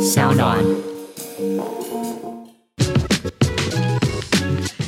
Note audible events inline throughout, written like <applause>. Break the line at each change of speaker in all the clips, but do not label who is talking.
小暖。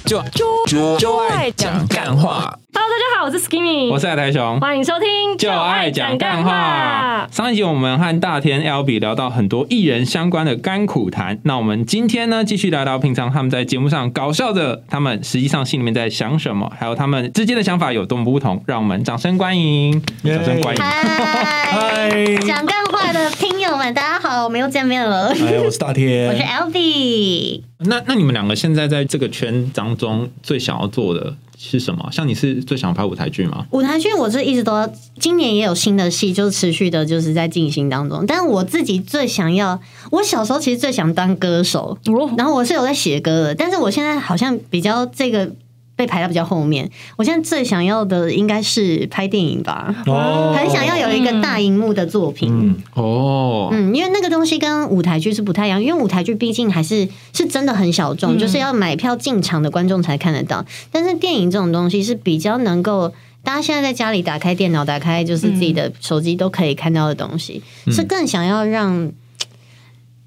就就就爱讲干话。
Hello，大家好，我是 Skimmy，
我是爱台熊，
欢迎收听
就爱讲干话。。上一集我们和大天 L B 聊到很多艺人相关的甘苦谈，那我们今天呢，继续聊聊平常他们在节目上搞笑的，他们实际上心里面在想什么，还有他们之间的想法有多么不同。让我们掌声欢迎，
耶
掌声欢迎。
嗨，讲干话的听友们，大家好，我们又见面了，
哎，我是大
我是
天，
L B。
那那你们两个现在在这个圈当中最想要做的是什么？像你是最想拍舞台剧吗？
舞台剧我是一直都，今年也有新的戏，就是持续的就是在进行当中。但我自己最想要，我小时候其实最想当歌手，
哦，
然后我是有在写歌的，但是我现在好像比较这个被排到比较后面。我现在最想要的应该是拍电影吧，
哦
很想要有一个大荧幕的作品。
嗯，
哦，
嗯，因为那个东西跟舞台剧是不太一样，因为舞台剧毕竟还是是真的很小众，就是要买票进场的观众才看得到。但是电影这种东西是比较能够。大家现在在家里打开电脑，打开就是自己的手机都可以看到的东西，是更想要让，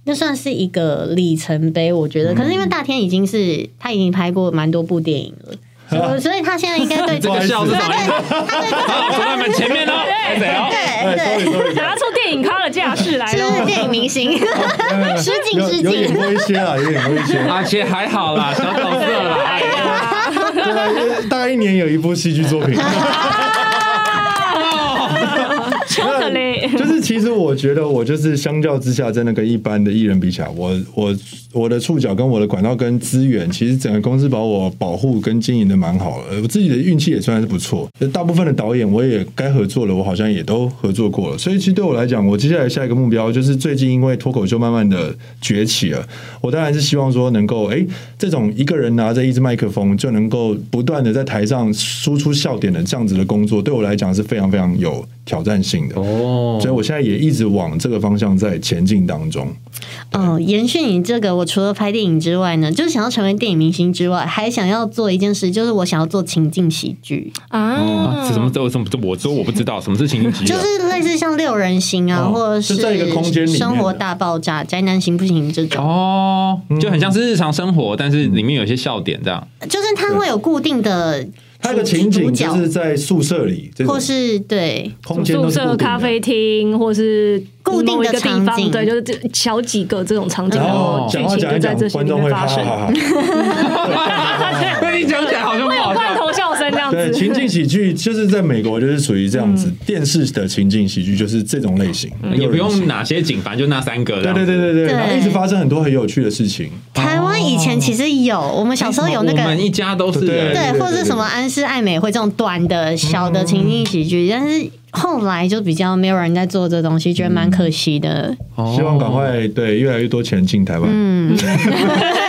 那算是一个里程碑，我觉得。可是因为大天已经是他已经拍过蛮多部电影了，所以所以他现在应该对
这
这个
个
笑
笑
是
是
什
什
么
么？
好，走到你们前 <laughs> 面哦，来谁哦？
对
哎
对，
，sorry sorry，
拿出电影咖的架势来
是 <laughs> 不是
了。
电影明星？失敬
有
失
有演
敬。
过一些
<laughs>
啊，有演过一些，
而且还好啦，小角色啦，哎呀，
大概啊大概一年有一部戏剧作
<laughs>
<laughs> 品。
秋的嘞，
就是其实我觉得我就是相较之下，真的跟一般的艺人比起来，我我我的触角跟我的管道跟资源，其实整个公司把我保护跟经营的蛮好的，我自己的运气也算是不错。大部分的导演我也该合作了，我好像也都合作过了，所以其实对我来讲，我接下来下一个目标就是最近因为脱口秀慢慢的崛起了，我当然是希望说能够哎、诶这种一个人拿着一支麦克风就能够不断的在台上输出笑点的这样子的工作，对我来讲是非常非常有挑战性的。
哦
所以我现在也一直往这个方向在前进当中。
哦，延续你这个，我除了拍电影之外呢，就是想要成为电影明星之外，还想要做一件事，就是我想要做情境喜剧，
嗯
啊，
啊
是什么？这我什么？这我这我不知道，什么是情景喜剧
就
啊？
是类似像六人行啊，
哦
或者是
就在一个空间里面的
生活大爆炸、宅男行不行这种，
哦，就很像是日常生活，但是里面有一些笑点这样。
就是它会有固定的
哦它的情
主
景
角
就是在宿舍里，这种
或是对。
空间
宿
都是固
舍、
定的
咖。啡厅，或是
固定的
某一个地
场景
方，对，就是这小几个这种场景，
然后
后剧
哦讲话
情
讲
就
一
在
讲
这，些
观
里
众会
面
哈
发
哈
生。
哈哈。
那你讲起来好像不
会有
好
罐
笑。
哦头笑声这样
对，
子，嗯
情景喜剧就是在美国就是属于这样子，电视的情景喜剧就是这种类型，
嗯也不用哪些景，反正就那三个这
对
样。
对对对对，
对
然后一直发生很多很有趣的事情。
台湾以前其实有，我们小时候有那
我
个
们一家都是
对
人
对，
对
或者是
对嗯
什么安室爱美惠这种短的小的情景喜剧，但是后来就比较没有人在做这东西，觉得
嗯
蛮可惜的。
哦
希望赶快对越来越多钱进台湾，
嗯，
<laughs>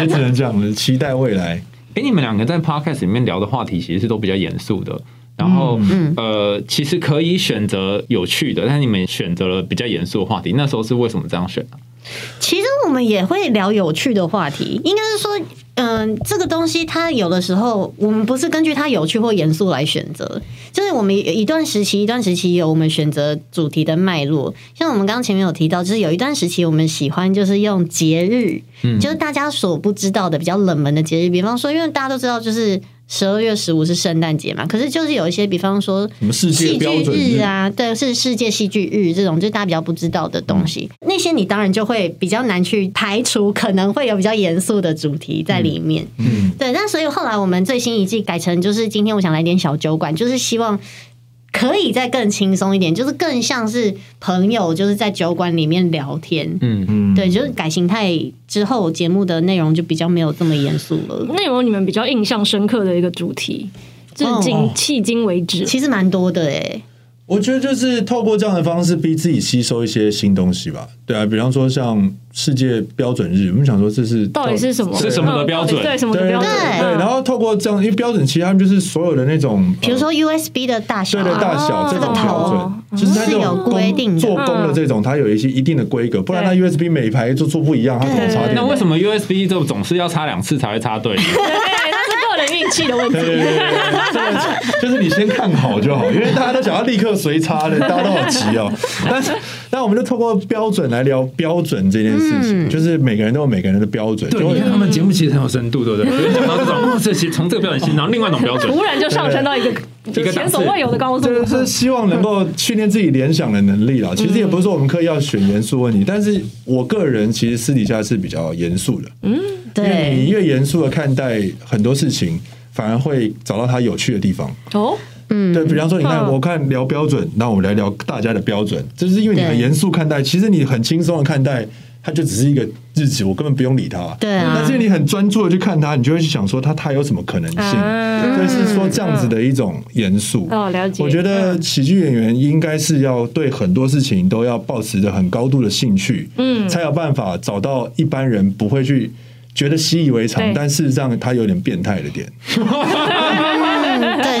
也只能这样了。期待未来，
哎、你们两个在 podcast 里面聊的话题其实是都比较严肃的，然后、呃，其实可以选择有趣的，但你们选择了比较严肃的话题，那时候是为什么这样选、啊？
其实我们也会聊有趣的话题，应该是说，嗯、这个东西它有的时候我们不是根据它有趣或严肃来选择，就是我们一段时期一段时期有我们选择主题的脉络。像我们刚刚前面有提到，就是有一段时期我们喜欢就是用节日，就是大家所不知道的比较冷门的节日，比方说，因为大家都知道就是。十二月十五是圣诞节嘛？可是就是有一些，比方说
什么世界
戏
标
剧
准
日啊，对，是世界戏剧日这种，就是大家比较不知道的东西。
嗯
那些你当然就会比较难去排除，可能会有比较严肃的主题在里面。
嗯，
对。那所以后来我们最新一季改成，就是今天我想来点小酒馆，就是希望。可以再更轻松一点，就是更像是朋友，就是在酒馆里面聊天。
嗯
嗯，对，就是改形态之后，节目的内容就比较没有这么严肃了。
那有没有你们比较印象深刻的一个主题？至
哦
今迄今为止，
其实蛮多的欸诶、
我觉得就是透过这样的方式，逼自己吸收一些新东西吧。对啊，比方说像世界标准日，我们想说这是
到底是什么？
是什么的标准
嗯到底对什么
对
的
对
标
对
准？
对，
<laughs>
然后透过这样，因为标准其实他们就是所有的那种，
比如说 USB 的大小
哦对
啊，
的大小
哦
这种标
哦
准，就是它
嗯
这
是有
种工
规定的
做工的这种，它有一些一定的规格，不然它 USB 每排做做不一样，它怎么插
对
电？
那为什么 USB 就总是要插两次才会插对？
对，那是个人运气的问
对对
题。
对对对，这个就是你先看好就好，因为大家都想要立刻随插的，大家都好急哦。但是，那我们就透过标准来聊标准这件事情，就是每个人都有每个人的标准，
对，
就
你
会
看他们节目其实很有深度，对
<laughs>
不对？就是讲到这种，哦，这些从这个标准线，然后另外一种标准，
突然就上升到一个
对对
前所未有的高度，
就是希望能够训练自己联想的能力啦。其实也不是说我们刻意要选严肃问题，但是我个人其实私底下是比较严肃的，因为
对，
你越严肃的看待很多事情，反而会找到它有趣的地方。
哦，
对比方说，你看，
嗯
我看聊标准，那我们来聊大家的标准，就是因为你很
对
严肃看待，其实你很轻松的看待，它就只是一个日期，我根本不用理它。
对啊
但是你很专注的去看它，你就会去想说它它有什么可能性，
啊
所以是说这样子的一种严肃。
哦了解
我觉得喜剧演员应该是要对很多事情都要保持着很高度的兴趣，
嗯
才有办法找到一般人不会去觉得习以为常
对，
但事实上它有点变态的点。
嗯对，
对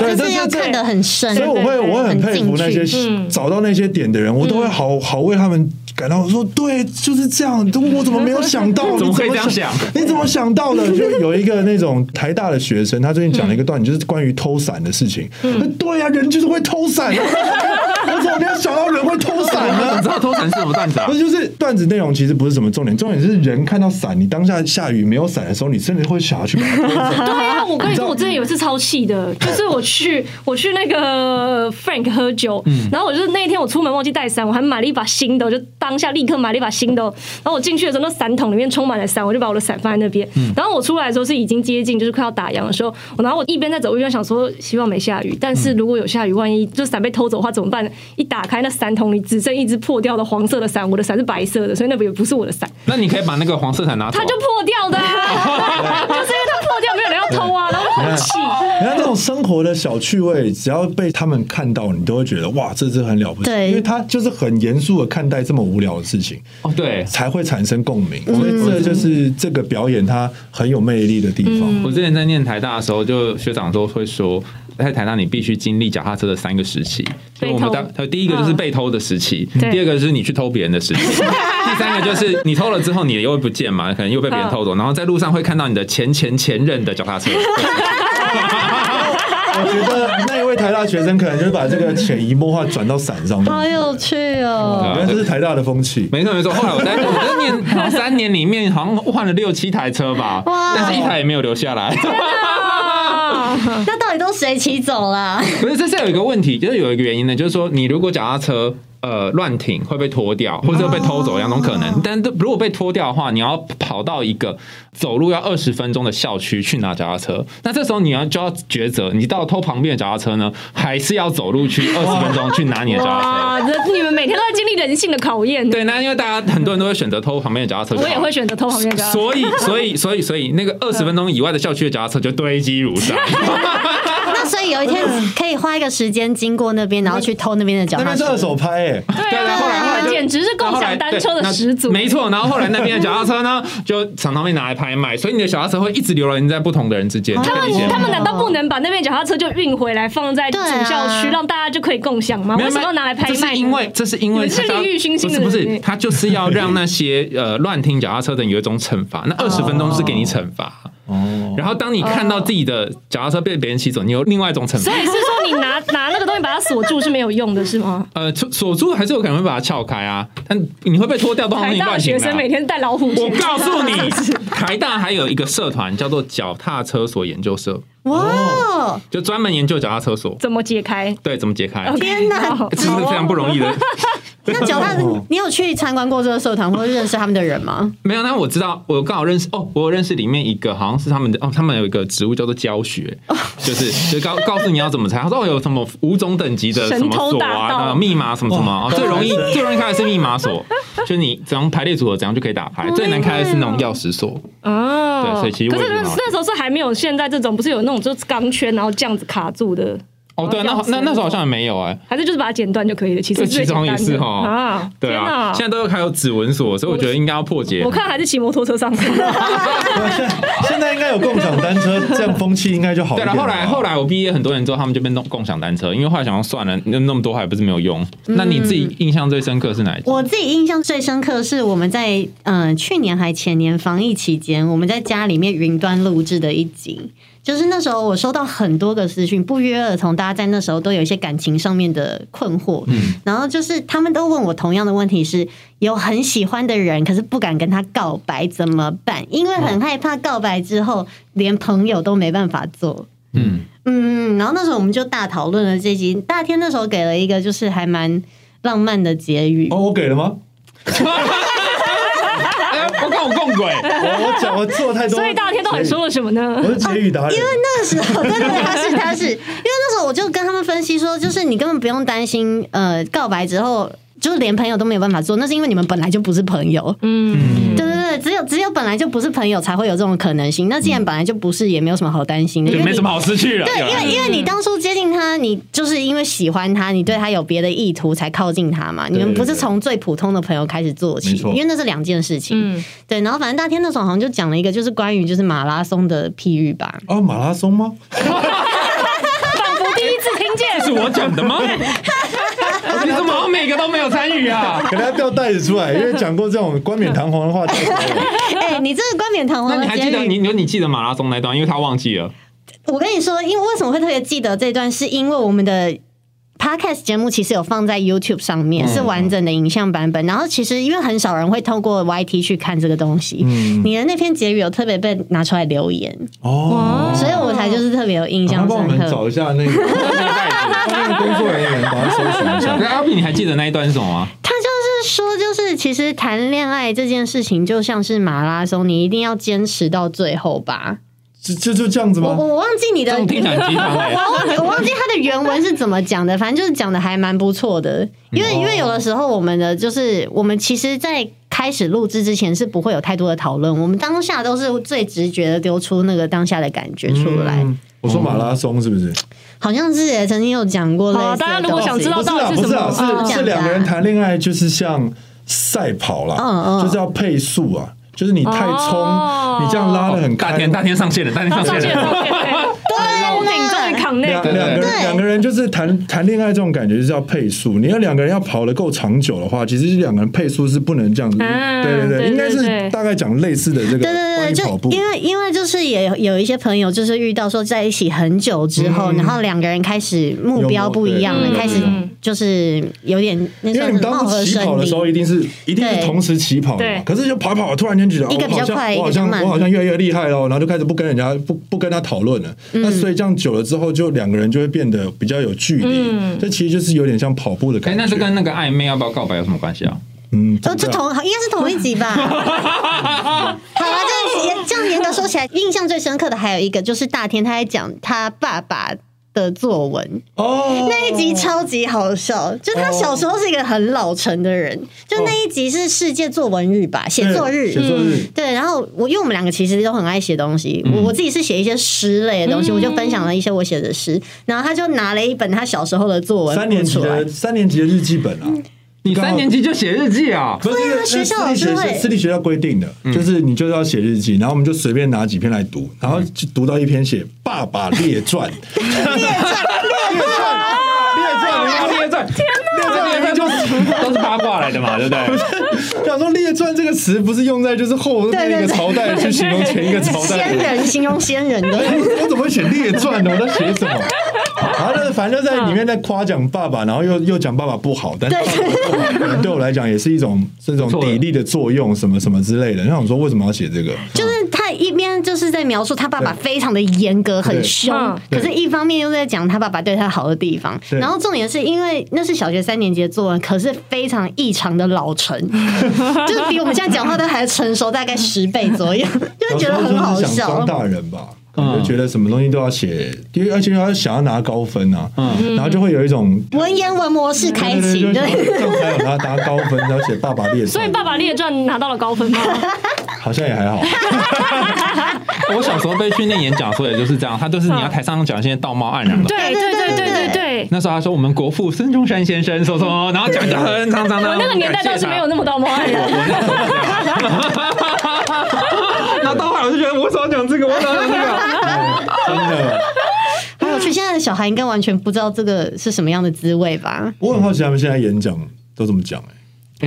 就
但
是
是
要
这
看得很深，
所以我会，
对对
我会很
很
佩
进
服那
去
些
嗯
找到那些点的人，我都会好好为他们感到说，对，就是这样。我怎么没有想到？
怎么
你
可以这样想？
你怎么想到
<laughs>
的？就有一个那种台大的学生，他最近讲了一个段子，就是关于偷伞的事情。那
嗯
对呀，人就是会偷伞
<laughs>
啊，我怎么没有想到人会偷伞
你
呢
知？道偷伞是什么段子啊
不？是，就是段子内容其实不是什么重点，重点是人看到伞，你当下下雨没有伞的时候，你甚至会想要去把它偷走。
<laughs> 对啊，我跟你说，我之前有一次超气的，就是我去我去那个 Frank 喝酒，然后我就是那一天我出门忘记带伞，我还买了一把新的，我就当下立刻买了一把新的哦。然后我进去的时候，那伞桶里面充满了伞，我就把我的伞放在那边。然后我出来的时候是已经接近就是快要打烊的时候，我然后我一边在走，一边想说希望没下雨，但是如果有下雨，万一就伞被偷走的话怎么办？一打开那伞桶里只剩一只破掉的黄色的伞，我的伞是白色的，所以那也不是我的伞。
那你可以把那个黄色伞拿走啊
它。就破掉的、
<laughs>
啊，就是因为它破掉，没有人要偷啊，然后我就很气。
<laughs> 然后这种生活的小趣味，只要被他们看到，你都会觉得哇，这是很了不起，
对
因为他就是很严肃的看待这么无聊的事情，
哦，对，
才会产生共
嗯
鸣。所以这就是这个表演它很有魅力的地
嗯
方。
我之前在念台大的时候，就学长都会说，在台大你必须经历脚踏车的三个时期。就
被偷嗯
我们当，呃，第一个就是被偷的时期，
嗯
对
第二个就是你去偷别人的时
<laughs>
期，第三个就是你偷了之后你又会不见嘛，可能又被别
嗯
人偷走，然后在路上会看到你的前前前任的脚踏
<laughs>
车。
我觉得那一位台大学生可能就是把这个潜移默化转到伞上面，
好有趣哦。
我觉得这是台大的风
哎
气。
没错
<laughs>
没错，后来我在我在念好像三年里面，好像换了六七台车吧，
哇
但是一台也没有留下
<laughs>
来。
嗯
那到底都谁骑走
<laughs>
了？
可是这是有一个问题，就是有一个原因呢，就是说你如果脚踏车呃乱停会被拖掉，或者被偷走两种可
哦
能。但是如果被拖掉的话，你要跑到一个走路要二十分钟的校区去拿脚踏车，那这时候你要就要抉择，你到偷旁边的脚踏车呢，还是要走路去二十分钟去拿你的脚踏车？
哇，这你们每天都在经历人性的考验。
啊对，那因为大家很多人都会选择偷旁边的脚踏车，
我也会。选择偷旁边的啊。
所以，所
<laughs>
以，所以，所以，那个二十分钟以外的校区的脚踏车就堆积如山。
那所以有一天可以花一个时间经过那边，然后去偷那边的脚
那
踏
边是
车
二。手拍哎诶、
对啊，
后来后来
你
就
们简直是共享单车的始祖。
对那没错。然后后来那边的脚踏车呢， <laughs> 就常常被拿来拍卖，所以你的脚踏车会一直流连在不同的人之间。
他
他
你可以理解
们
吗
他们难道不能把那边脚踏车就运回来放在主
对啊
校区，让大家就可以共享吗？
没有
为什么要拿来拍
这
卖呢？
是因为这是因为
你们是
他要
利欲熏心的
不是
人 <laughs>
不是，
类
他就是要让那些呃乱听脚踏车的人有一种惩罚。那二十分钟是给你惩罚。
哦，
然后当你看到自己的脚踏车被别人骑走，你有另外一种惩罚
所。以是说你
<laughs>
拿拿那个东西把它锁住是没有用的，是吗？
呃，锁锁住还是有可能会把它撬开啊，但你会被拖掉，到
台
你
大
乱
的
停
学
啊
生每天带老虎
我
钳。
告诉你， <laughs> 台大还有一个社团叫做脚踏车所研究社，
哇哦，
就专门研究脚踏车锁，
怎么解开？
对，怎么解开，
OK
天哪，
哦好
<laughs>
哦
这是非常不容易的。
那脚踏，
哦
你有去参观过这个社团或者认识他们的人吗？
没有，那我知道，我刚好认识哦，我有认识里面一个好像是他们的哦，他们有一个职务叫做教学，
哦
就是就告告诉你要怎么猜。他说哦，有什么五种等级的什
神
么
偷
锁
大盗
啊，那密码什么什么，
哇
哦最容易最容易开的是密码锁，就是你怎样排列组合怎样就可以打牌，最
啊
难开的是那种钥匙锁。
哦，
对所以其实我
可
也
是那
不知道
那时候是还没有现在这种，不是有那种就是钢圈，然后这样子卡住的，
哦，对啊，那
哦钥匙
那那时候好像也没有哎。
还是就是把它剪断就可以了。其实
这
最
其
简
中
单的
也是哈
啊，
对
天哪
啊，现在都有还有指纹锁，所以我觉得应该要破解
我。看还是骑摩托车
<laughs>
上 <laughs> 山，
现 <laughs> 现在应该有共享单车，这样风气应该就好一啊
对了，
点了。
后来后来我毕业很多年之后，他们就变弄共享单车，因为后来想要算了，那那么多还不是没有用。
嗯
那你自己印象最深刻是哪一集？
我自己印象最深刻是我们在嗯、呃去年还前年防疫期间，我们在家里面云端录制的一集，就是那时候我收到很多个私讯，不约而同，大家在那时候都有一些感情上面的困惑。嗯，然后就是他们都问我同样的问题是。有很喜欢的人，可是不敢跟他告白怎么办？因为很害怕告白之后连朋友都没办法做。
嗯
嗯，然后那时候我们就大讨论了这集。大天那时候给了一个就是还蛮浪漫的结语。
哦，我给了吗？
哎我跟我共轨，
我我讲我做太多，
所以大天到底说了什么呢
我？是结语
啊
达人，
那时候，对对对，他是他是，因为那时候我就跟他们分析说，就是你根本不用担心，呃，告白之后就是连朋友都没有办法做，那是因为你们本来就不是朋友。
嗯，
对对对，只有只有本来就不是朋友才会有这种可能性。那既然本来就不是，也没有什么好担心的，因
就
为
没
你
什么好失去了。
对，因为因为你当初接近他，你就是因为喜欢他，你对他有别的意图才靠近他嘛。你们不是从最普通的朋友开始做起
没，错
因为那是两件事情。
嗯
对，然后反正大天那时候好像就讲了一个，就是关于就是马拉松的譬喻吧。
哦，马拉松吗？
仿佛第一次听见 <laughs>
这。是我讲的吗？你怎么好像每个都没有参与啊？
<laughs> 给他掉袋子出来，因为讲过这种冠冕堂皇的话题，
哎、
<laughs>
你这个冠冕堂
那
皇
你
的
还
结
记得
语，
你你你记得马拉松那段，因为他忘记了。
我跟你说，因为为什么会特别记得这段，是因为我们的。Podcast 节目其实有放在 YouTube 上面，
嗯
是完整的影像版本。然后其实因为很少人会透过 YT 去看这个东西，
嗯
你的那篇结语有特别被拿出来留言，
<laughs> 哦，
所以我才就是特别有印
他
象
帮我们
深刻。
找一下那个那个工作人员，把他搜寻一 <laughs> 下。
那阿比，啊你还记得那一段是什么吗？
他就是说，就是其实谈恋爱这件事情就像是马拉松，你一定要坚持到最后吧。
就就就这样子
我
吗？
我忘记你
哦这
的，
种听起来很鸡汤哎。
我忘记 <laughs> 我忘记他的原文是怎么讲的，反正就是讲的还蛮不错的。因为因为有的时候我们的就是我们其实，在开始录制之前是不会有太多的讨论，我们当下都是最直觉的丢出那个当下的感觉出来。
嗯我说马拉松是不是？
好像是也曾经有讲过类似
好
的东西。
大家如果想知道
不是啦，
到底
不
是
是
什么
啦，
哦
是
这样
是
子
两个人谈恋爱就是像赛跑
嗯
啦，
嗯
就是要配速啊，就是你太
哦
冲，你这样拉的很
哦大
开
天，。大天上线了，大天
他
上
上
线
线
了。
上线，对，我们终于扛那
两
个
对对啊
两个
对
人两个人就是谈谈恋爱这种感觉就是要配速，你要两个人要跑得够长久的话，其实两个人配速是不能这样子。
啊
对对
对对
应该
对
是大概讲类似的这个
对对对，
关于
就
跑步。
因为因为就是也有有一些朋友就是遇到说在一起很久之后，然后两个人开始目标不一样
有
了，
目
开始
嗯
就是有点那
因
叫
为
什
你们
么
当
貌合
时起
神
跑的
离
时。候，一定是一定是
对
同时起跑的嘛
对，
可是就跑跑，突然间觉得
一个
哦
比较
好像
快一
我
个
好
比较
像
慢
我好像越来越厉害了，然后就开始不跟人家不不跟他讨论了。
嗯
那所以这样久了之后，就两个人就会变得比较有距离。
嗯
这其实就是有点像跑步的
哎，
感
那
觉
这。跟那个暧昧要不要告白有什么关系啊？
嗯，
哦，这
真的
同应该是同一
<laughs>
集吧？好啦，这样严这样严格说起来，印象最深刻的还有一个就是大天他在讲他爸爸的作文，
哦
那一集超级好笑，就他小时候是一个很老成的人，就那一集是世界作文日吧，写作日，嗯
哦写作日。
对，然后我因为我们两个其实都很爱写东西，
嗯
我、我自己是写一些诗类的东西，我就分享了一些我写的诗，然后他就拿了一本他小时候的作文
三年
录
级
出来
的，三年级的日记本啊，
你三年级就写日记
<laughs>
啊？
不是那个
学校
那
老
私
师
立学
会
私立学校规定的，就是你就是要写日记，然后我们就随便拿几篇来读，然后就读到一篇写《爸爸列传》，列传，列传，列传，
列传，天 <laughs>
列传里面就
都是八卦来的嘛，对不对？
想说“列传”这个词不是用在就是后那
对对
个
对
朝代去形容前一个朝代
仙
的。
人形容仙人的。
我怎么会写列传呢？我在写什么？然后就是反正就在里面在夸奖爸爸，然后又又讲爸爸不好，但是爸爸不好可能对我来讲也是一种这种
错的
砥砺的作用，什么什么之类的。那我说为什么要写这个？
就是他一边就是在描述他爸爸非常的严格、很凶
嗯，
可是一方面又在讲他爸爸对他好的地方。
对
然后重点是因为那是小学三年级的作文，可是非常异常的老成，就是比我们现在讲话都还成熟大概十倍左
<laughs>
右，就会觉得很好
就是想
笑
装。大人吧，可
嗯
能就觉得什么东西都要写，因为而且他想要拿高分啊，
嗯
然后就会有一种
文言文模式开启，
对对对
对，
就是这样才有拿拿高分，然后写爸爸列
所以
传，
《爸爸列传》拿到了高分吗？
好像也还好。
<laughs> 我小时候被训练演讲，所以就是这样，他就是你要台上讲一些道貌岸然的。
嗯对对对对对对，
那时候他说我们国父孙中山先生说什
<laughs>
么，然后讲讲很长长的。
我那个年代倒是没有那么道貌岸然。
<laughs>
<laughs>
然后到后来我就觉得我少讲这个，我少讲这
哎
个。
真的，
很有趣。现在的小孩应该完全不知道这个是什么样的滋味吧？
我很好奇他们现在演讲都怎么讲哎、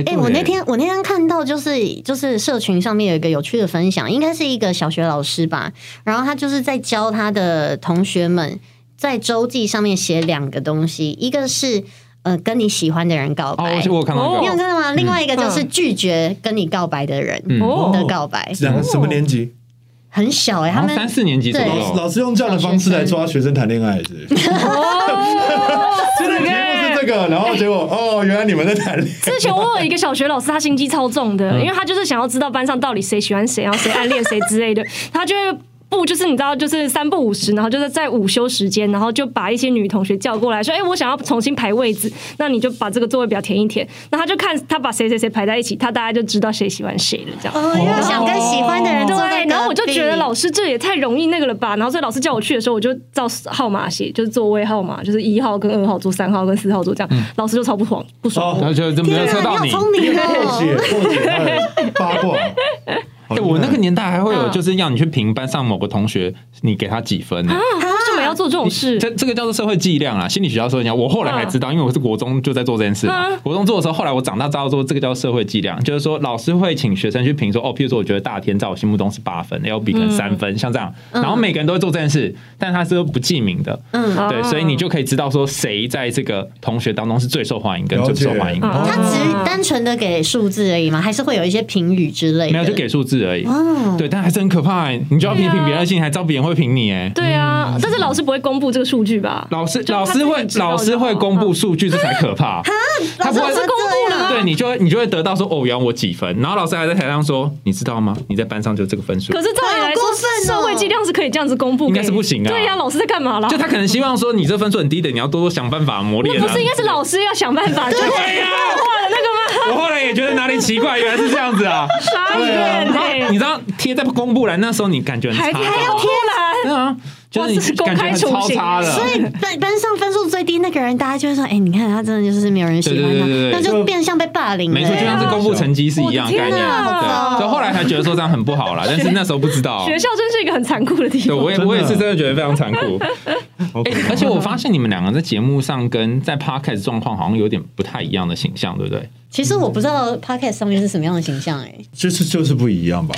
哎
哎、
对
我那
耶
天我那天看到就是就是社群上面有一个有趣的分享，应该是一个小学老师吧，然后他就是在教他的同学们在周记上面写两个东西，一个是呃跟你喜欢的人告
哦，
白，
我我有看到
你有
那
看
个，
到吗？另外一个就是
嗯
拒绝跟你告白的人
嗯
哦
的告白，
两个什么年级？
很小哎、他
好像
们
三四年级左
对
老
右，
老师用这样的方式来抓学生谈恋爱是不是？
哦，
现在节目是这个，然后结果哦，原来你们在谈恋 <laughs>
之前我有一个小学老师，他心机超重的，因为他就是想要知道班上到底谁喜欢谁，然后谁暗恋谁之类的，他就会。不就是你知道，就是三不五十，然后就是在午休时间，然后就把一些女同学叫过来说：“哎、我想要重新排位置，那你就把这个座位表填一填。”那他就看他把谁谁谁排在一起，他大概就知道谁喜欢谁了，这样。
哦，因为想跟喜欢的人坐在
对，然后我就觉得老
师
师这也太容易那个了吧。然后所以老师叫我去的时候，我就照号码写，就是座位号码，就是一号跟二号坐，三号跟四号坐这样。老师就超不爽，不爽。
然后
爱。
就就没
天
有
啊，
测到
你好
你。
聪明
破
<laughs>
解
哦！
破解他的八卦。好
哎，
厉害
我那个年代还会有，
嗯
就是要你去评班上某个同学，你给他几分呢？
啊，为什么要做这种事？
这这个叫做社会剂量啊，心理学家说讲，我后来
嗯
才知道，因为我是国中就在做这件事嘛
啊。
国中做的时候，后来我长大知道说这个叫社会剂量，就是说老师会请学生去评说，哦，譬如说我觉得大天在我心目中是八分，L B 可能三
嗯
分，像这样，然后每个人都会做这件事，但他是不记名的，
嗯
对，
哦
所以你就可以知道说谁在这个同学当中是最受欢迎跟
了
最
解
不受欢迎的，
哦
他只单纯的给数字而已吗？还是会有一些评语之类的？
没有就给数字而已。
哦
对，但还是很可怕、欸，你就要批
对
评
啊
别人的心，还知道别人会评你、欸，
对啊，但是老师不会公布这个数据吧？
老师
就
老
他自
师
己
会
知道
老师
就好嗯
会公布数据，这才可怕。他不
老
会
师公布
啊
了吗
对你就会你就会得到说哦，原来我几分，然后老师还在台上说，你知道吗？你在班上就这个分数
可，是照理来说
好过分哦，
社会剂量是可以这样子公布，
应该是不行啊
对呀，老师在干嘛啦
就？他可能希望说你这分数很低的，你要多多想办法磨
那
练、啊。
不是应该是老师要想办法，就是
对呀、
画的那个吗？
我后来也觉得哪里奇怪，原来是这样子
<laughs>
啊！
傻眼
然后
哎，
你知道贴在公布栏那时候，你感觉很
还
差，哦
还要贴栏。
对啊，就是
哇这
你
是公
感觉
开
很
处
超
刑
差的。
所以班班上分数最低那个人，大家就会说：“哎、你看他真的就是没有人喜欢他，
对对对对对
那就变相被霸凌了。”
没错，就像是公布成绩是一样的概念，
我的天
啊
对。所以后来才觉得说这样很不好啦，但是那时候不知道。
学校真是一个很残酷的地
对，
方。
我也
真的
我也是真的觉得非常残酷。
好可
哎、
怕
而且我发现你们两个在节目上跟在 podcast 状况好像有点不太一样的形象，对不对？
其实我不知道 podcast 上面是什么样的形象、哎。
就是就是不一样吧？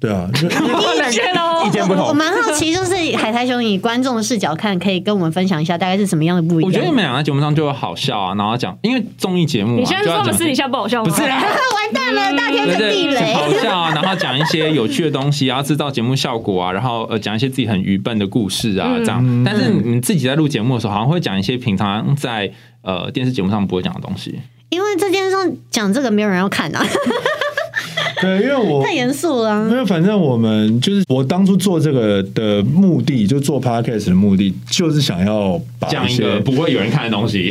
对啊，因为因为
意见哦
意见不
我
同。
蛮好奇，就是海苔熊以观众的视角看，可以跟我们分享一下大概是什么样的不一样？
我觉得你们两个在节目上就会好笑啊，然后讲，因为综艺节目、啊，
你现在
就
说
要
我们
讲
私底下不好笑吗？
不是啊啦，
<laughs>
<laughs>
完蛋了，大天的地
对
雷。
好笑啊，然后讲一些有趣的东西啊，制造节目效果啊，然后呃讲一些自己很愚笨的故事
嗯
啊，这样。但是你们自己在录节目的时候，好像会讲一些平常在呃电视节目上不会讲的东西。
因为这件事上讲这个没有人要看啊，
<laughs>
<laughs>
对，因为我
太严肃了啊
因。为反正我们就是我当初做这个的目的，就做 podcast 的目的，就是想要把
讲一
些
个不会有人看的东西，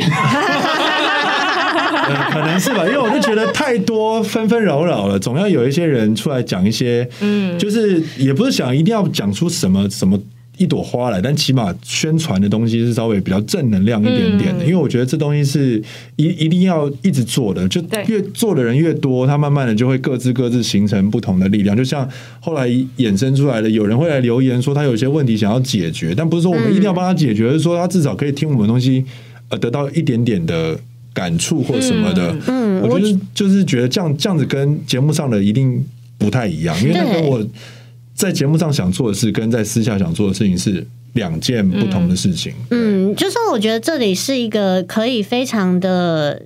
呃 <laughs> 可能是吧，因为我就觉得太多纷纷扰扰了，总要有一些人出来讲一些，嗯，就是也不是想一定要讲出什么什么。一朵花来，但起码宣传的东西是稍微比较正能量一点点的，因为我觉得这东西是一一定要一直做的，就
对
越做的人越多，他慢慢的就会各自各自形成不同的力量。就像后来衍生出来的，有人会来留言说他有一些问题想要解决，但不是说我们一定要帮他解决，而是说他至少可以听我们的东西，呃，得到一点点的感触或什么的。
嗯嗯
我就是就是觉得这样这样子跟节目上的一定不太一样，因为那跟
对
我在节目上想做的事跟在私下想做的事情是两件不同的事情。
嗯，就是我觉得这里是一个可以非常的。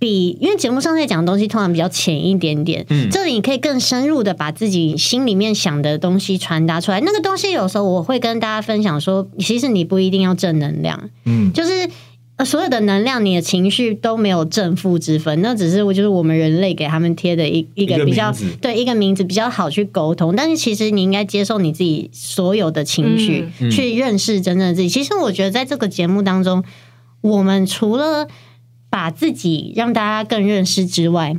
比因为节目上在讲的东西通常比较浅一点点，嗯，这里你可以更深入的把自己心里面想的东西传达出来。那个东西有时候我会跟大家分享说，其实你不一定要正能量，
嗯，
就是呃所有的能量，你的情绪都没有正负之分，那只是我就是我们人类给他们贴的一一
一
个
个
比较
名字
对一个名字比较好去沟通。但是其实你应该接受你自己所有的情绪，去认识真正的自己。其实我觉得在这个节目当中，我们除了把自己让大家更认识之外，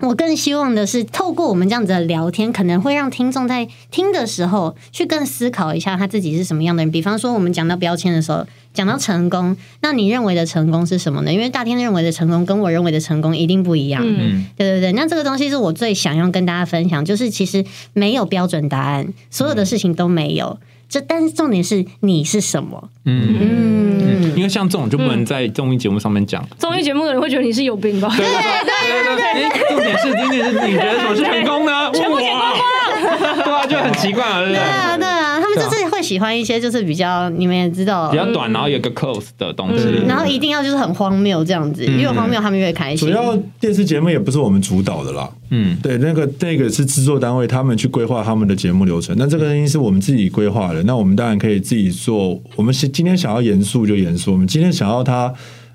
我更希望的是，透过我们这样子的聊天，可能会让听众在听的时候去更思考一下他自己是什么样的人。比方说，我们讲到标签的时候，讲到成功，那你认为的成功是什么呢？因为大天认为的成功跟我认为的成功一定不一样。
嗯
对对对，那这个东西是我
嗯
最想要跟大家分享，就是其实没有标准答案，所有的事情都没有。这但是重点是你是什么？
嗯，
嗯，
因为像这种就不能在综艺节目上面讲。
综艺节目的人会觉得你是有
<laughs>
病吧？
对对对对，重点是重点是你觉得什么是成功呢？问我啊，对啊，就很奇怪啊，对不
对啊，
对？
对啊，他们就是会喜欢一些就是比较你们也知道
比，较短，然后有一个 close 的东西。
嗯
然后一定要就是很荒谬这样子，
嗯
越荒谬他们越开
主
心。
要电视节目也不是我们主导的啦，
嗯
对，那个那个是制作单位他们去规划他们的节目流程，那这个东西是我们自己规划的，那我们当然可以自己做。我们是今天想要严肃就严肃，我们今天想要它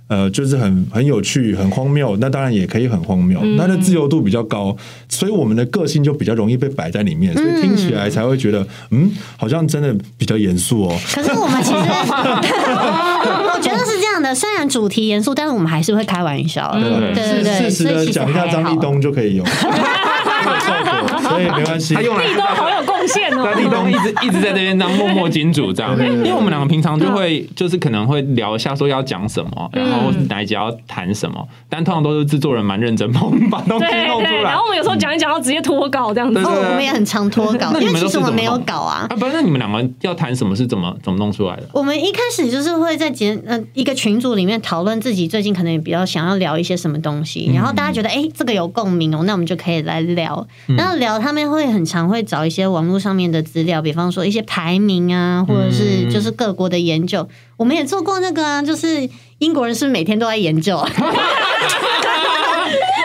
呃就是很很有趣、很荒谬，那当然也可以很荒谬，
嗯
那的自由度比较高，所以我们的个性就比较容易被摆在里
嗯
面，所以听起来才会觉得嗯，好像真的比较严肃哦。
可是我们其
<laughs>
实，我觉得是这样的，虽然主题严肃，但是我们还是会开玩笑的。对
嗯
对对，
适时
所以
的
其实
讲一下
还
张立
好。
东就
<laughs>
可以有有效果，所以没关系
他。用来
立冬好有贡献哦
对，。立冬一直一直在这边当默默金主这样，因为我们两个平常就会就是可能会聊一下说要讲什么，然后是哪一集要谈什么，但通常都是制作人蛮认真帮我们把东西
对
弄出
对，然
来
后。我们有时候讲一讲，然后直接脱稿这样子
对。
哦，我们也很常脱稿
那，
因
你们
为
都
其
是
实我
怎
们
么
没有
弄
稿啊
啊，。不是，那你们两个要谈什么是怎么怎么弄出来的？
我们一开始就是会在节呃一个群组里面讨论自己最近可能也比较想要聊一些什么东西，
嗯
然后大家觉得哎、诶这个有共鸣哦，那我们就可以来聊。
嗯
然后聊他们会很常会找一些网络上面的资料，比方说一些排名啊，或者
嗯
是就是各国的研究。我们也做过那个啊，就是英国人是不是每天都在研究
<laughs>
啊，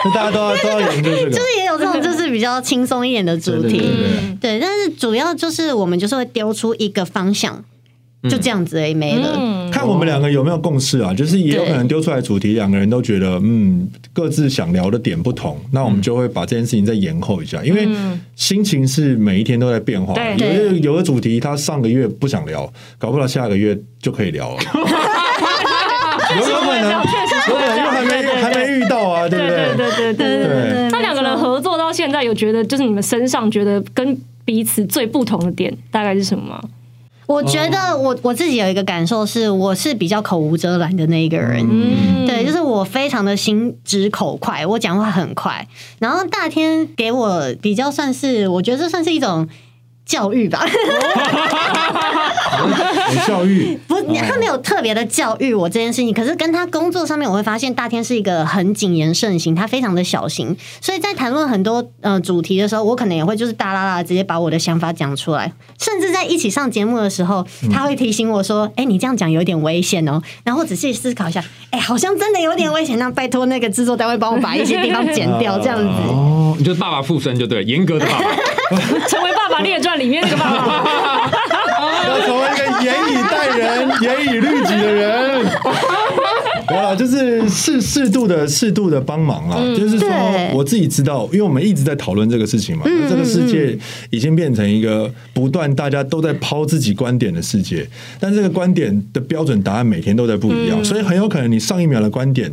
那大家都要都要研究这个
就。是也有这种就是比较轻松一点的主
对对
题
对。
对，
对
但是主要就是我们就是会丢出一个方向，就这样子而已没了。
嗯，
看我们两个有没有共识啊？就是也有可能丢出来主题，两个人都觉得嗯，各自想聊的点不同，那我们就会把这件事情再延后一下，因为心情是每一天都在变化。
嗯对
有
对
的有的主题他上个月不想聊，搞不到下个月就可以聊
<laughs>
了。有有可能，有可能又还没还没遇到啊，对不
对对对对对对。
对
那两个人合作到现在，有觉得就是你们身上觉得跟彼此最不同的点大概是什么吗？
我觉得我我自己有一个感受是，我是比较口无遮拦的那一个人。
嗯，
对，就是我非常的心直口快，我讲话很快。然后大天给我比较算是，我觉得这算是一种教育吧，
有教育。
不，他没有特别的教育我这件事情。可是跟他工作上面，我会发现大天是一个很谨言慎行，他非常的小心。所以在谈论很多呃主题的时候，我可能也会就是大啦啦直接把我的想法讲出来。甚至在一起上节目的时候，他会提醒我说：“哎、你这样讲有点危险哦。”然后我仔细思考一下，哎、好像真的有点危险。那拜托那个制作单位帮我把一些地方剪掉，这样子。
哦，你就是爸爸附身就对了，严格的爸爸。
<laughs> 成为《爸爸列传》里面那个爸爸。
要成为一个严以待人、严以律己的 <laughs> 人。没有啦，啊就是适适度的、适度的帮忙啦。啊就是说
对，
我自己知道，因为我们一直在讨论这个事情嘛，那这个世界已经变成一个不断大家都在抛自己观点的世界，但这个观点的标准答案每天都在不一样，所以很有可能你上一秒的观点。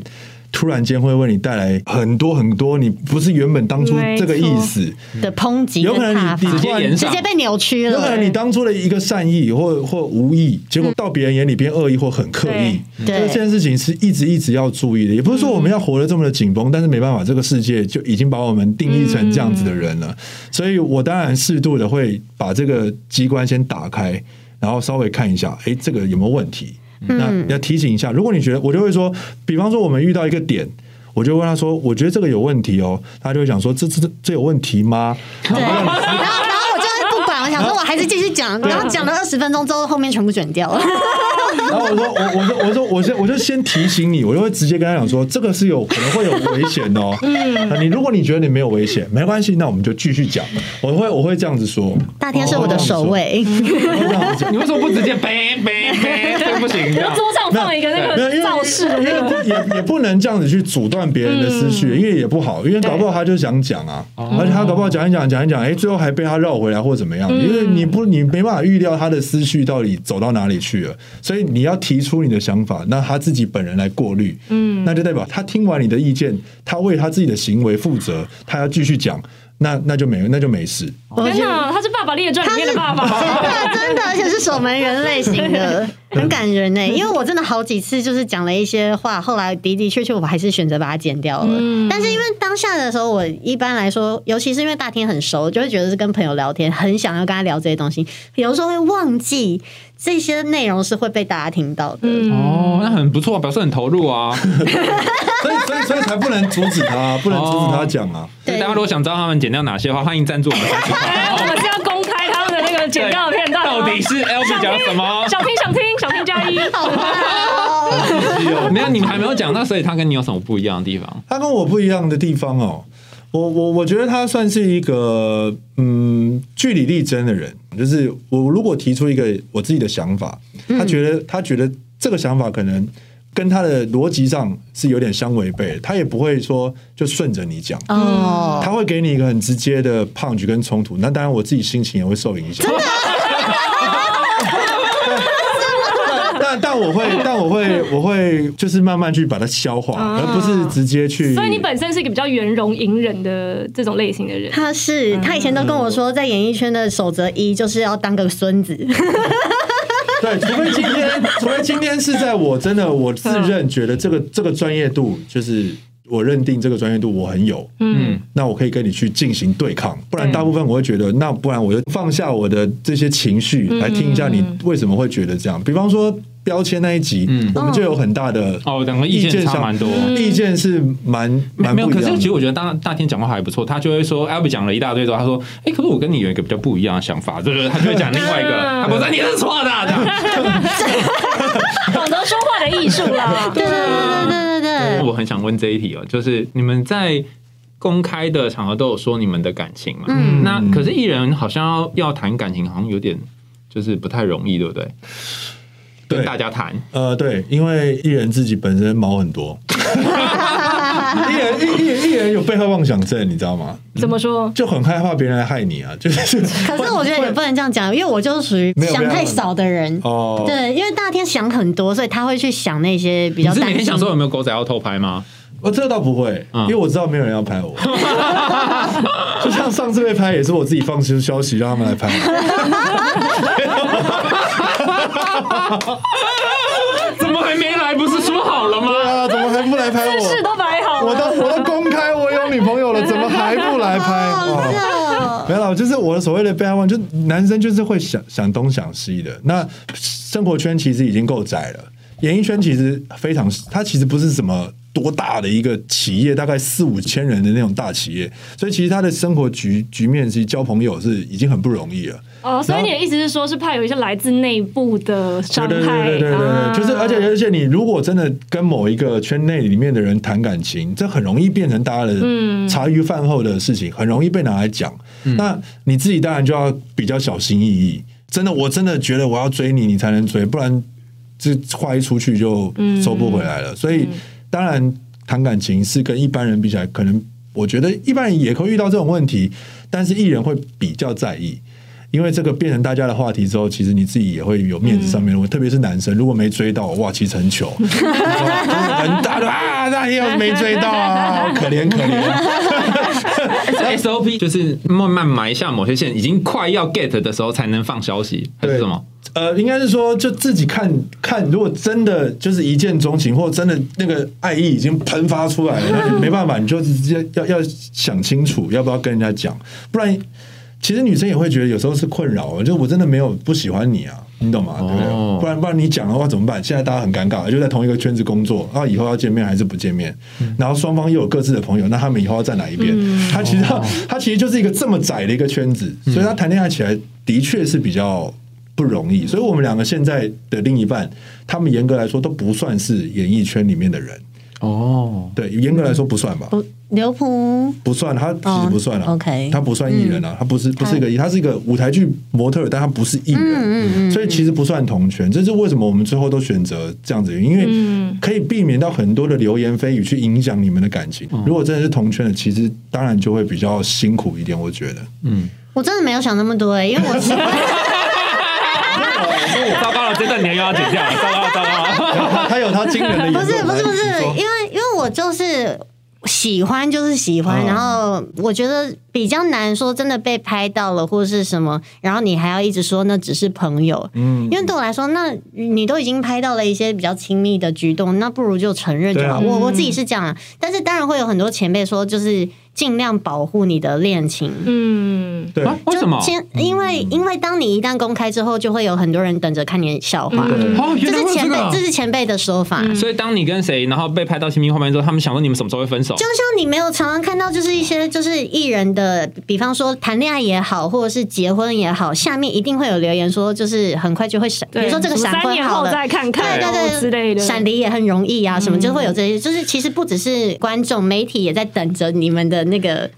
突然间会为你带来很多很多，你不是原本当初这个意思，
的抨击
有
的
可能
踏
你
法
你
直接
突然
延
直接被扭曲
有可能
了。嗯
你当初的一个善意或或无意，结果到别人眼里变恶意或很刻意，
对
这
对
个这件事情是一直一直要注意的。也不是说我们要活得这么的紧绷，但是没办法，这个世界就已经把我们定义成这样子的人
嗯
了。所以我当然适度的会把这个机关先打开，然后稍微看一下，诶，这个有没有问题？
嗯
那要提醒一下，如果你觉得，我就会说，比方说我们遇到一个点。我就问他说：“我觉得这个有问题哦。”他就会讲说：“这这这这有问题吗？” <laughs>
对，然后然后我就是不管，我想说我还是继续讲，然后讲了二十分钟之后，后面全部卷掉了。 <laughs>
然后我说，我我说我说我先我就先提醒你，我就会直接跟他讲说，这个是有可能会有危险的哦。嗯，你如果你觉得你没有危险，没关系，那我们就继续讲。我会我会这样子说，
大天是我的守卫，
我会这样子讲。
你为什么不直接 <laughs> 呗呗呗？这不行，这
就
样
桌上放一个 <laughs> 那
没有，因
个
为
造势的
因
那嗯
为
个，
也也不能这样子去阻断别人的思绪，因为也不好，因为搞不好他就想讲啊，而且他搞不好讲一讲讲一讲，哎，最后还被他绕回来或怎么样，因为你不你没办法预料他的思绪到底走到哪里去了，所以你要提出你的想法，那他自己本人来过滤，嗯，那就代表他听完你的意见，他为他自己的行为负责，他要继续讲，那那就没那就没事。
我
天
就
哪，他是爸爸列传》里面的爸
<laughs> 真
爸。
的真的，而且是守门人类型的，很感人呢、因为我真的好几次就是讲了一些话，后来的的确确我还是选择把它剪掉了。但是因为当下的时候，我一般来说，尤其是因为大天很熟，就会觉得是跟朋友聊天，很想要跟他聊这些东西，有时候会忘记这些内容是会被大家听到的。 <laughs>
哦，那很不错，表示很投入啊。
所以所以所以才不能阻止他，不能阻止他讲啊。
所以
对
大家如果想知道他们剪掉哪些的话，欢迎赞助我们三十
哎，我们是要公开他们的那个剪掉的片段吗
到底是 L B 讲了什么？
想听想听想听加 <laughs> 一。
好吧，
没有，你们还没有讲，那所以他跟你有什么不一样的地方？
他跟我不一样的地方哦，我我我觉得他算是一个嗯据理力争的人，就是我如果提出一个我自己的想法，他觉得、他觉得这个想法可能跟他的逻辑上是有点相违背的，他也不会说就顺着你讲。
哦，
他会给你一个很直接的胖 u 跟冲突，那当然我自己心情也会受影响。但 <laughs> 但但我会，但我会，我会就是慢慢去把它消化，
啊
而不是直接去。
所以你本身是一个比较圆融隐忍的这种类型的人。
他是他以前都跟我说，在演艺圈的守则一就是要当个孙子，
<laughs> 对，除非今天，除非今天是在我真的我自认觉得这个这个专业度，就是我认定这个专业度我很有，
嗯，
那我可以跟你去进行对抗。不然大部分我会觉得，那不然我就放下我的这些情绪，来听一下你为什么会觉得这样。比方说标签那一集，我们就有很大的
嗯哦两个意见差
上
蛮多
意见是蛮蛮
没有，
不
可
一
是
样
其实
的。
我觉得大大天讲话还不错，他就会说 L B 讲了一大堆之后，他说，哎，可是我跟你有一个比较不一样的想法，对不对？他就会讲另外一个，
嗯
他不是你是错的这样。
懂得说话的艺术 <laughs> 啦。
对对对对对对对，
我很想问这一题哦，就是你们在公开的场合都有说你们的感情嘛？嗯，那可是艺人好像要要谈感情，好像有点就是不太容易，对不对？
对
跟大家谈，
呃，对，因为艺人自己本身毛很多，艺人艺艺人艺人有被害妄想症，你知道吗？
怎么说？
就很害怕别人来害你啊，就是 <laughs>
可是我觉得也不能这样讲，因为我就是属于
没有
想太少的人。
哦，
对，因为大天想很多，所以他会去想那些比
你
较
是每
担
天
心
想。说有没有狗仔要偷拍吗？
我这倒不会，
嗯
因为我知道没有人要拍我。 <laughs> 就像上次被拍，也是我自己放出消息让他们来拍。
怎么还没来？不是说好
<laughs>
了吗？
啊，怎么还不来拍
姿势
我？
都摆好
我
了。
都我都公开我有女朋友了，怎么还不来拍？
哦，
哇
真的
没有啦，就是我的所谓的被害妄，就男生就是会想想东想西的。那生活圈其实已经够窄了，演艺圈其实非常，它其实不是什么多大的一个企业，大概四五千人的那种大企业，所以其实他的生活局局面是交朋友是已经很不容易了。
哦，所以你的意思是说，是怕有一些来自内部的伤害？
对对对对对对
啊
对，就是而且而且你如果真的跟某一个圈内里面的人谈感情，这很容易变成大家的茶余饭后的事情，很容易被拿来讲。那你自己当然就要比较小心翼翼。真的，我真的觉得我要追你，你才能追，不然这话一出去就收不回来了。所以当然谈感情是跟一般人比起来，可能我觉得一般人也会遇到这种问题，但是艺人会比较在意。因为这个变成大家的话题之后，其实你自己也会有面子上面的问题，特别是男生，如果没追到，哇，其实很糗，你知道吗就是很大的啊，那又没追到啊，好可怜可怜。
SOP 就是慢慢埋下某些线，已经快要 get 的时候才能放消息，还是
对
什么？
呃，应该是说，就自己看看，如果真的就是一见钟情，或真的那个爱意已经喷发出来了，那你没办法，你就直接要要想清楚要不要跟人家讲，不然其实女生也会觉得有时候是困扰，就我真的没有不喜欢你啊，你懂吗？对不
哦
对？不然不然你讲的话怎么办？现在大家很尴尬，就在同一个圈子工作，然后以后要见面还是不见面，然后双方又有各自的朋友，那他们以后要站哪一边？他其实他他其实就是一个这么窄的一个圈子，所以他谈恋爱起来的确是比较。不容易，所以我们两个现在的另一半，他们严格来说都不算是演艺圈里面的人，
哦，
对，严格来说不算吧，
不，刘璞
不算，他其实不算了、
哦，OK 嗯
他不算艺人啊，他不是不是一个艺，他是一个舞台剧模特儿，但他不是艺
嗯
人，所以其实不算同圈。这是为什么我们最后都选择这样
嗯
子的原因，因为可以避免到很多的流言蜚语去影响你们的感
嗯
情。如果真的是同圈的，其实当然就会比较辛苦一点，
<laughs>
我觉得。
我真的没有想那么多、欸，因为我是
哦糟糕了，这段你又要剪掉了，糟糕了糟糕了。
他有他惊人的，
不是不是不是，因为因为我就是。喜欢就是喜欢，
哦
然后我觉得比较难说真的被拍到了或是什么，然后你还要一直说那只是朋友，
嗯
因，为对我来说，那你都已经拍到了一些比较亲密的举动，那不如就承认就好。
对
啊
我
嗯
我自己是这样啊，但是当然会有很多前辈说，就是尽量保护你的恋情。
嗯，
对，
啊？为
就
什么？
先因为因为当你一旦公开之后，就会有很多人等着看你的笑话。
嗯
哦，
这
原来
是
会有
前
这
辈
个啊，
这是前辈的说法。
所以当你跟谁，然后被拍到亲密画面之后，他们想问你们什么时候会分手
就？像你没有常常看到，就是一些就是艺人的，比方说谈恋爱也好，或者是结婚也好，下面一定会有留言说，就是很快就会闪，比
对
如说这个
什么
闪
三
婚
年
好
后
了，
再看看，
对
然
对
后
对
之类的，嗯
闪离也很容易啊，什么就会有这些，就是其实不只是观众，媒体也在等着你们的那个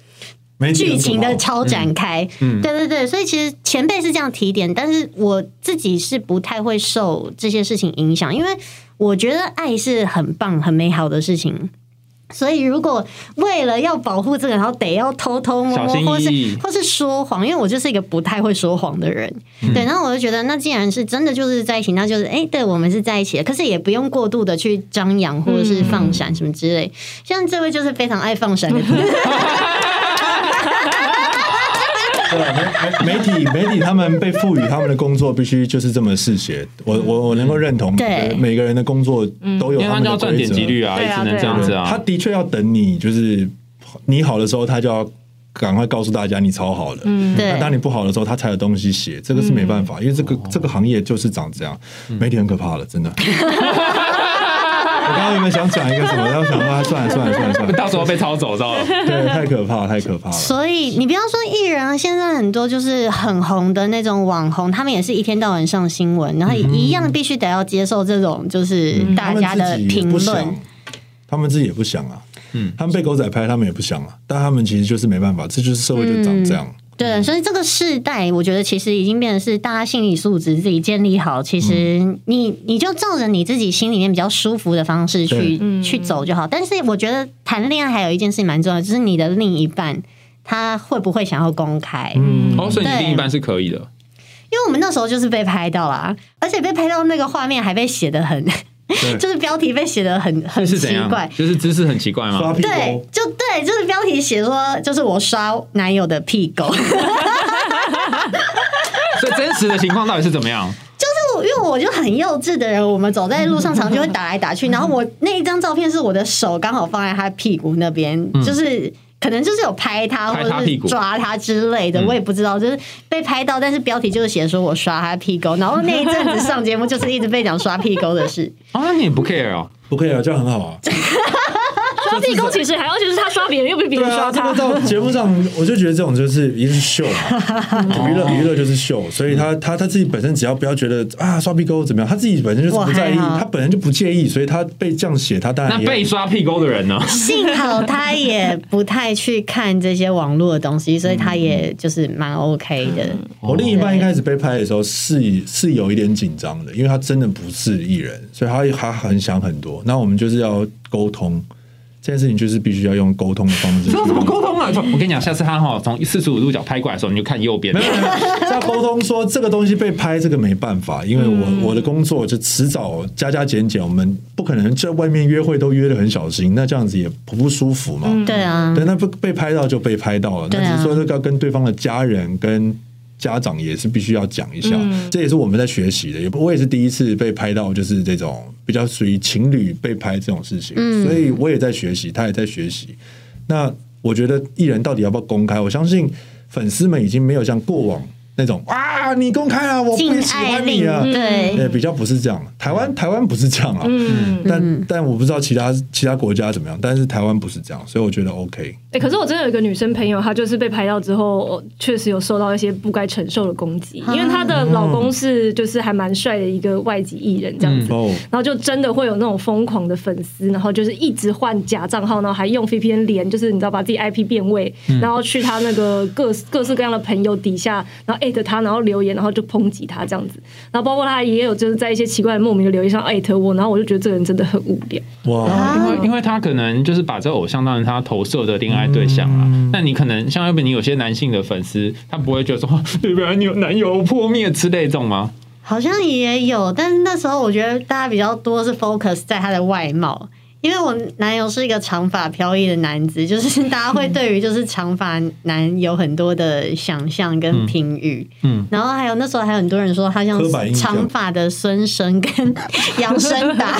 没
剧情的超
超
展开。
嗯嗯
对对对，所以其实前辈是这样提点，但是我自己是不太会受这些事情影响，因为我觉得爱是很棒、很美好的事情。所以，如果为了要保护这个，然后得要偷偷摸
小心
摸，或是
翼翼
或是说谎，因为我就是一个不太会说谎的人，
嗯
对。然后我就觉得，那既然是真的就是在一起，那就是哎、对我们是在一起的，可是也不用过度的去张扬或者是放闪什么之
嗯
类。像这位就是非常爱放闪的朋友，
对 <laughs> 媒媒体媒体他们被赋予他们的工作必须就是这么嗜血，我我我能够认同，呃
对
每个人的工作都有
嗯因为
他
他就
们的
要赚
规
点
则，
击率啊，
对
也
啊
只能这样子
对
啊。
他的确要等你就是你好的时候，他就要赶快告诉大家你超好了，嗯。
对
那，当你不好的时候，他才有东西写，这个是没办
嗯
法，因为这个这个行业就是长这样，媒体很可怕
<laughs>
了，真的。我刚刚原本想讲一个什么，然后想说啊算了算了算了
<laughs>
算了，
到时候被抄走，知
<laughs>
道吗？
对，太可怕了太可怕了。
所以你不要说艺人啊，现在很多就是很红的那种网红，他们也是一天到晚上新闻，然后一样必须得要接受这种就是嗯
嗯
大家的评论。
啊他们自己也不想啊，嗯，他们被狗仔拍，他们也不想啊，但他们其实就是没办法，这就是社会就长这样。
对，所以这个世代，我觉得其实已经变成是大家心理素质自己建立好。其实你你就照着你自己心里面比较舒服的方式去去走就好。但是我觉得谈恋爱还有一件事蛮重要的，就是你的另一半他会不会想要公开？
嗯
哦，所以你
对
另一半是可以的，
因为我们那时候就是被拍到啦，而且被拍到那个画面还被写的很， <laughs> 就是标题被写的很很
是
奇
怎样
怪？。
就是姿势很奇怪
刷
吗？
屁
对
股，，
就对，就是标题写说，就是我刷男友的屁股，就是
所以真实的情况到底是怎么样？
我， <laughs> 因为我就很幼稚的人，我们走在路上常就会打来打
嗯
去，然后我那一张照片是我的手刚好放在他屁股那边，就是可能就是有拍他
嗯拍
或
他
者
屁
是
股嗯
抓他之类的，我也不知道，就是被拍到，但是标题就是写说我刷他屁股，然后那一阵子上节目就是一直被讲刷屁股的事。
哦，那你也不 care 哦？
不可以啊，这样很好啊。
刷地沟其实还要就是他刷别人，又不是别
对
人刷
啊，这
他
个。到节目上，我就觉得这种就是一定是
<laughs>
秀嘛，娱乐娱乐就是秀，所以他他他自己本身只要不要觉得啊刷屁股怎么样，他自己本身就是不在意，
我还好
他本身就不介意，所以他被这样写，他当
那
然也
被刷屁沟的人
<laughs>
呢？
幸好他也不太去看这些网络的东西，所以他也就是蛮 OK 的。
我哦另一半一开始被拍的时候是是有一点紧张的，因为他真的不是艺人，所以他他很想很多。那我们就是要沟通这件事情，就是必须要用沟通的方式去。
这怎么沟通啊？我跟你讲，下次他哈从四十五度角拍过来的时候，你就看右边
没。有，没有是要沟通说这个东西被拍，这个没办法，因为我、我的工作就迟早加加减减，我们不可能在外面约会都约的很小心，那这样子也不不舒服嘛。
对啊，
对，那不被拍到就被拍到了，
对
那
啊
只是说这个要跟对方的家人跟。家长也是必须要讲一下，
嗯
这也是我们在学习的。也不我也是第一次被拍到，就是这种比较属于情侣被拍这种事情，
嗯
所以我也在学习，他也在学习。那我觉得艺人到底要不要公开？我相信粉丝们已经没有像过往那种啊，你公开了，我
禁
不喜
爱嗯
欢
令
你啊，
对。
呃，比较不是这样，台湾台湾不是这样啊，
嗯
嗯
但但我不知道其他其他国家怎么样，但是台湾不是这样，所以我觉得 OK。
哎、可是我真的有一个女生朋友，她就是被拍到之后，哦确实有受到一些不该承受的攻击，因为她的
嗯
老公是就是还蛮帅的一个外籍艺人这样子。
哦，
然后就真的会有那种疯狂的粉丝，然后就是一直换假账号，然后还用
嗯
VPN 连，就是你知道把自己 IP 变位，然后去他那个各各式各样的朋友底下，然后艾特他，然后留言，然后就抨击他这样子。然后包括他也有就是在一些奇怪的莫名的留言上艾特我，然后我就觉得这个人真的很无聊。
<laughs> 哇，
因为因为他可能就是把这偶像当成他投射的恋爱对象了。啊
嗯
那你可能像要不你有些男性的粉丝，他不会觉得说 <laughs> 对不对？你有男友破灭之类这种吗？
好像也有，但是那时候我觉得大家比较多是 focus 在他的外貌，因为我男友是一个长发飘逸的男子，就是 <laughs> 大家会对于就是长发男有很多的想象跟评语，
嗯嗯
然后还有那时候还有很多人说他像
刻板印象
长发的孙生跟 <laughs> 杨生达，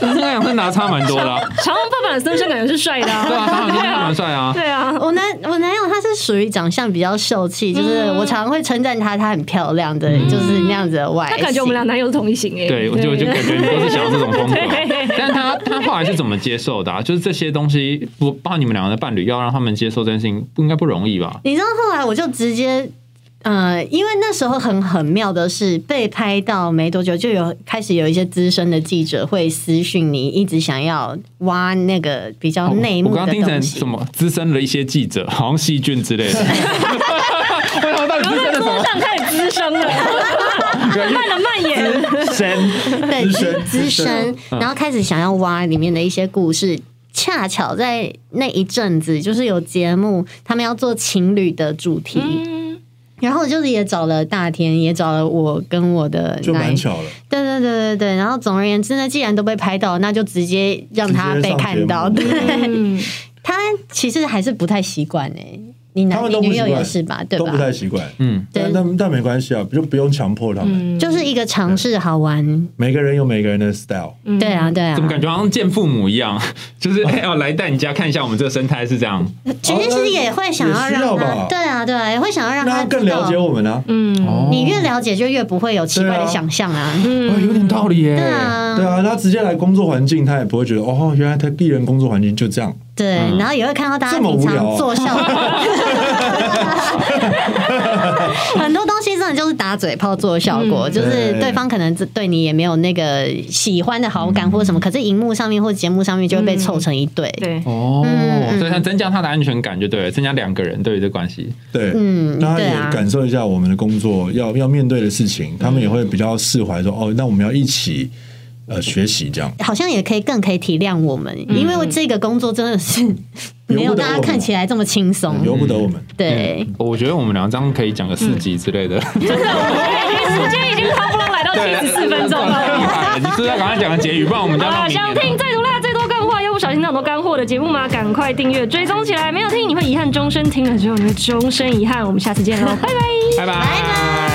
但是那两身拿差蛮多
<laughs>
的啊、
<laughs> 长虹爸爸的身身感觉是帅的、
对啊，他好像
对啊
蛮，帅啊。
对啊，
<laughs> 我男我男友他是属于长相比较秀气，就是
嗯
我常常会称赞他，他很漂亮的，
嗯
就是那样子的外
那
形。
感觉我们俩男友是同一型诶。
啊
对，我就我就感觉你都是想要这种风格
对，
但他他后来是怎么接受的、啊？就是这些东西，不包括你们两个的伴侣，要让他们接受这件事情，不应该不容易吧？
你知道后来我就直接，呃，因为那时候很很妙的是，被拍到没多久就有开始有一些资深的记者会私讯你，一直想要挖那个比较内
哦我
幕
刚
的
刚听成
东西。
什么资深的一些记者，好像细菌之类的。我想到底资深的什
<laughs> 桌上开始滋生了，
<laughs>
慢慢的蔓延。
么深？嗯
对
资深
资
资深
深，然后开始想要挖里面的一些故事。恰巧在那一阵子，就是有节目，他们要做情侣的主题，
嗯，
然后就是也找了大天，也找了我跟我的
就
男
蛮巧了。
对对对对对，然后总而言之呢，既然都被拍到，那就直接让他被看到。
直接上节
对，
嗯
他其实还是不太习惯哎、你
他
男
们
你
都不
女
习
友
惯
也是吧？对
都不
吧？
太习惯，
嗯，
但但但没关系啊，就不用强迫他们。
嗯，
就是一个尝试好玩，
每个人有每个人的 style，
对啊对啊
怎。么感觉好像见父母一样？就是哎哦，来带你家看一下我们这个生态是这样。
其实其实也会想要
哦也需要
让他
吧，
对啊对啊，也会想要让
那
他
他更
知道
了解我们啊。
嗯，
哦
你越了解就越不会有奇怪的
对啊
想象啊。
哦有点道理耶。
对啊，
对啊，他直接来工作环境，他也不会觉得哦，原来他艺人工作环境就这样。
对，然后也会看到大家
这么
平
无聊
常
哦
做效果， <laughs> 很多东西真的就是打嘴炮做效果，就是对方可能对你也没有那个喜欢的好感或什么，可是荧幕上面或节目上面就会被凑成一对。
对，
哦
嗯，嗯
所以他增加他的安全感就对了，增加两个人对于这关系。
对，
嗯
让他
对
也
啊
感受一下我们的工作要要面对的事情，他们也会比较释怀，说哦，那我们要一起呃学习这样。
好像也可以更可以体谅我们，因为这个工作真的是没有大家看起来这么轻
由
松。
不得我们，
对，
我觉得我们两张可以讲个四集之类的。
时间已经差不多来到七十四分钟
太厉
了。
害了！你是不是要赶快讲个结语？不然我们就要
啊，
到明
想
年
听
了。
最毒辣、最多干货又不小心那么多干货的节目吗？赶快订阅追踪起来，没有听你会遗憾终身，听了之后你会终身遗憾。我们下次见喽，拜拜。
拜拜。